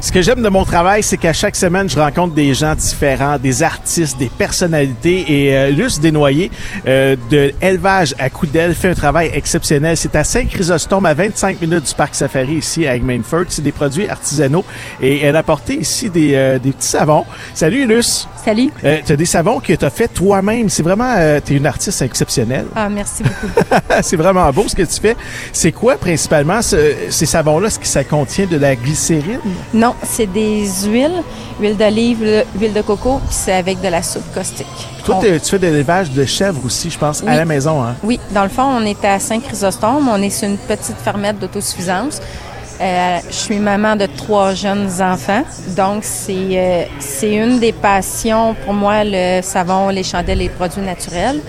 Ce que j'aime de mon travail, c'est qu'à chaque semaine, je rencontre des gens différents, des artistes, des personnalités. Et euh, Luce Desnoyers euh, de Élevage à Coudel fait un travail exceptionnel. C'est à Saint-Chrysostome, à 25 minutes du Parc Safari, ici à Eggmanford. C'est des produits artisanaux. Et elle a apporté ici des, euh, des petits savons. Salut, Luce. Salut. Euh, tu as des savons que tu as fait toi-même. C'est vraiment... Euh, tu es une artiste exceptionnelle. Ah, merci beaucoup. c'est vraiment beau ce que tu fais. C'est quoi principalement ce- ces savons-là? Est-ce que ça contient de la glycérine? non, c'est des huiles, huile d'olive, le- huile de coco, puis c'est avec de la soupe caustique. Toi, On- t'es- tu fais de l'élevage de chèvres aussi, je pense, à Oui. la maison. Hein? Oui, dans le fond, on est à Saint-Chrysostome. On est sur une petite fermette d'autosuffisance. Euh, je suis maman de trois jeunes enfants. Donc, c'est euh, c'est une des passions pour moi, le savon, les chandelles, les produits naturels.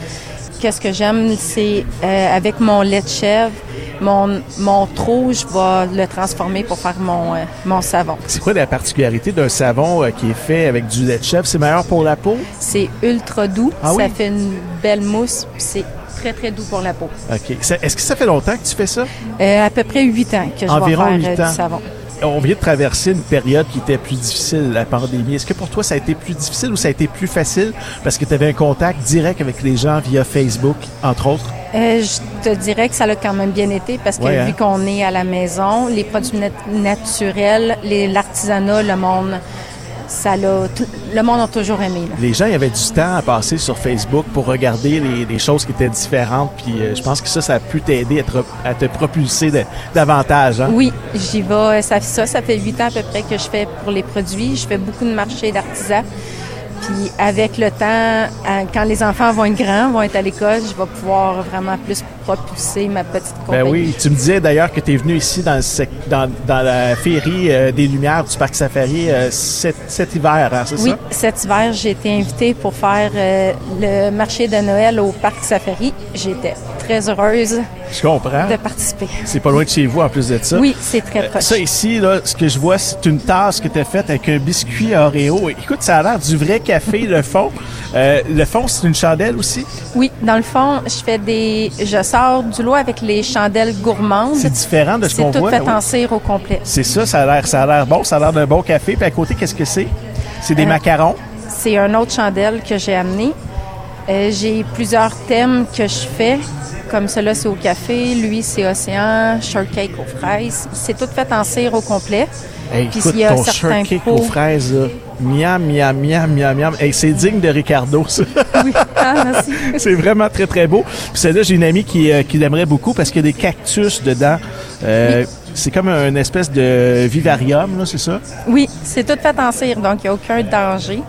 Qu'est-ce que j'aime, c'est euh, avec mon lait de chèvre, mon, mon trou, je vais le transformer pour faire mon, euh, mon savon. C'est quoi la particularité d'un savon euh, qui est fait avec du lait de chèvre? C'est meilleur pour la peau? C'est ultra doux, Ah ça oui? fait une belle mousse, puis c'est très, très doux pour la peau. OK. Ça- Est-ce que ça fait longtemps que tu fais ça? Euh, à peu près 8 ans que je Environ vais huit faire euh, ans. du savon. On vient de traverser une période qui était plus difficile, la pandémie. Est-ce que pour toi, ça a été plus difficile ou ça a été plus facile parce que tu avais un contact direct avec les gens via Facebook, entre autres? Euh, je te dirais que ça l'a quand même bien été parce que Ouais, hein? vu qu'on est à la maison, les produits nat- naturels, les- l'artisanat, le monde, ça l'a, tout- le monde a toujours aimé. là. Les gens, il y avait du temps à passer sur Facebook pour regarder les, les choses qui étaient différentes. Puis euh, je pense que ça, ça a pu t'aider à te, à te propulser de- davantage. Hein? Oui, j'y vais. Ça, ça, ça fait huit ans à peu près que je fais pour les produits. Je fais beaucoup de marchés d'artisans. Puis avec le temps, à- quand les enfants vont être grands, vont être à l'école, je vais pouvoir vraiment plus propulser ma petite compagnie. Ben oui, tu me disais d'ailleurs que tu es venu ici dans, le sec- dans, dans la féerie euh, des Lumières du Parc Safari euh, cet, cet hiver, hein, c'est Oui, ça? cet hiver, j'ai été invitée pour faire euh, le marché de Noël au Parc Safari. J'étais très heureuse Je comprends. de participer. C'est pas loin de chez vous en plus de ça. Euh, Oui, c'est très proche. Ça ici, là, ce que je vois, c'est une tasse que tu as faite avec un biscuit à Oreo. Écoute, ça a l'air du vrai café, le fond. Euh, le fond, c'est une chandelle aussi. Oui, dans le fond, je fais des, je sors du lot avec les chandelles gourmandes. C'est différent de ce qu'on C'est tout voit. ben fait oui. en cire au complet. C'est ça, ça a l'air, ça a l'air bon, ça a l'air d'un bon café. Puis à côté, qu'est-ce que c'est? C'est des Euh, macarons. C'est une autre chandelle que j'ai amenée. Euh, j'ai plusieurs thèmes que je fais, comme celui-là, c'est au café, lui, c'est océan, shortcake aux fraises. C'est tout fait en cire au complet. Hey, Puis écoute, s'il y a ton certains shortcake pots- aux fraises, là. miam, miam, miam, miam, miam. Hey, c'est digne de Ricardo, ça. Oui, ah, merci. c'est vraiment très, très beau. Puis celle-là, j'ai une amie qui, euh, qui l'aimerait beaucoup parce qu'il y a des cactus dedans. Euh, C'est comme une espèce de vivarium, là, c'est ça? Oui, c'est tout fait en cire, donc il n'y a aucun danger.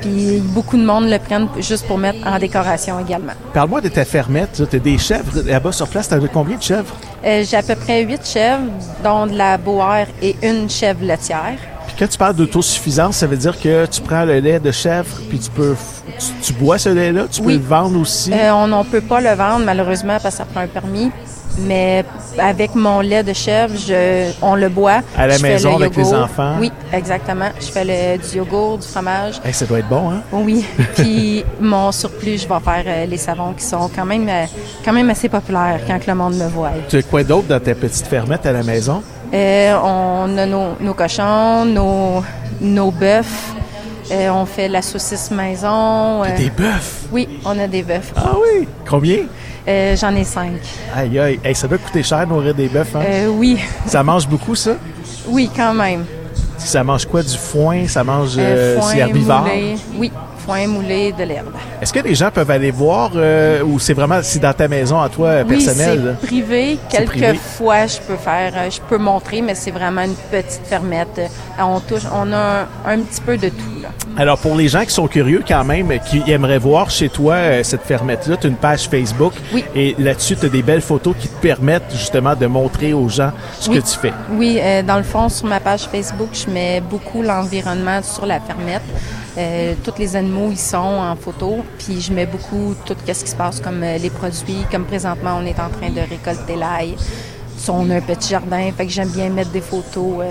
Puis beaucoup de monde le prennent juste pour mettre en décoration également. Parle-moi de ta fermette. Tu as des chèvres là-bas sur place. T'as combien de chèvres? Euh, J'ai à peu près huit chèvres, dont de la boère et une chèvre laitière. Puis quand tu parles d'autosuffisance, ça veut dire que tu prends le lait de chèvre, puis tu peux, f- tu, tu bois ce lait-là, tu peux Oui. le vendre aussi. Euh, on ne peut pas le vendre malheureusement parce que ça prend un permis. Mais avec mon lait de chèvre, je, on le boit. À la Je fais maison le avec les yogourt. enfants. Oui, exactement. Je fais le, du yogourt, du fromage. Hey, ça doit être bon, hein? Oui. Puis mon surplus, je vais faire euh, les savons qui sont quand même, euh, quand même assez populaires quand que le monde me voit. Tu as quoi d'autre dans ta petite fermette à la maison? Euh, on a nos, nos cochons, nos, nos bœufs. Euh, on fait la saucisse maison. euh, Des bœufs! Oui, on a des bœufs. Ah oui! Combien? Euh, J'en ai cinq. Aïe, aïe. Hey, ça doit coûter cher nourrir des bœufs, hein? Euh, oui, Ça mange beaucoup, ça? oui, quand même. Ça mange quoi? Du foin? Ça mange... Euh, euh, c'est herbivore? moulé. Oui, foin moulé de l'herbe. Est-ce que les gens peuvent aller voir euh, ou c'est vraiment... C'est dans ta maison à toi, euh, Oui, personnelle? là? c'est privé. C'est privé. Quelquefois, je peux faire, euh, je peux montrer, mais c'est vraiment une petite fermette. Euh, On touche, on a un, un petit peu de tout. Là. Alors, pour les gens qui sont curieux quand même, euh, qui aimeraient voir chez toi euh, cette fermette-là, tu as une page Facebook. Oui. Et là-dessus, tu as des belles photos qui te permettent justement de montrer aux gens ce Oui. que tu fais. Oui, euh, dans le fond, sur ma page Facebook, je mets beaucoup l'environnement sur la fermette. Euh, tous les animaux, ils sont en photo. Puis je mets beaucoup tout ce qui se passe comme euh, les produits, comme présentement, on est en train de récolter l'ail. Ça, on a un petit jardin, fait que j'aime bien mettre des photos euh,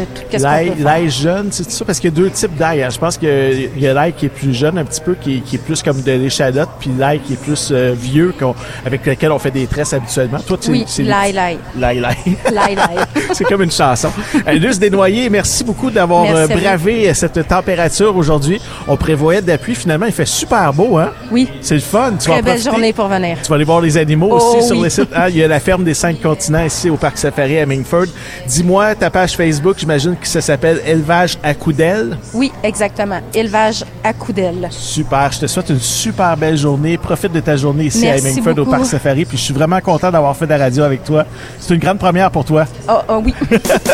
de tout ce qu'on L'ail peut faire. l'ail jeune, c'est ça? Parce qu'il y a deux types d'ail. hein. Je pense qu'il y a l'ail qui est plus jeune un petit peu, qui, qui est plus comme de l'échalote, puis l'ail qui est plus euh, vieux, qu'on- avec lequel on fait des tresses habituellement. Toi, tu Oui, c'est- l'ail, l'ail. L'ail, l'ail. L'ail, l'ail. C'est comme une chanson. Euh, Luce Desnoyers, merci beaucoup d'avoir Merci euh, à vous. bravé euh, cette température aujourd'hui. On prévoyait de la pluie. Finalement, il fait super beau, hein? Oui. C'est le fun. Tu vas en Très belle profiter. journée pour venir. Tu vas aller voir les animaux aussi Oh, sur oui. le site. Ah, il y a la ferme des cinq continents ici au Parc Safari à Mingford. Dis-moi, ta page Facebook, j'imagine que ça s'appelle Élevage à Coudel. Oui, exactement. Élevage à coups d'aile. Super. Je te souhaite une super belle journée. Profite de ta journée ici Merci à Mingford au beaucoup. Parc Safari. Puis je suis vraiment content d'avoir fait de la radio avec toi. C'est une grande première pour toi. Ah, ah oui.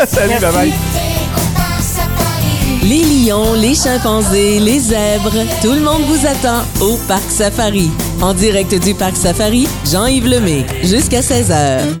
Salut, Merci. bye-bye. Les lions, les chimpanzés, les zèbres, tout le monde vous attend au Parc Safari. En direct du Parc Safari, Jean-Yves Lemay, jusqu'à 16h.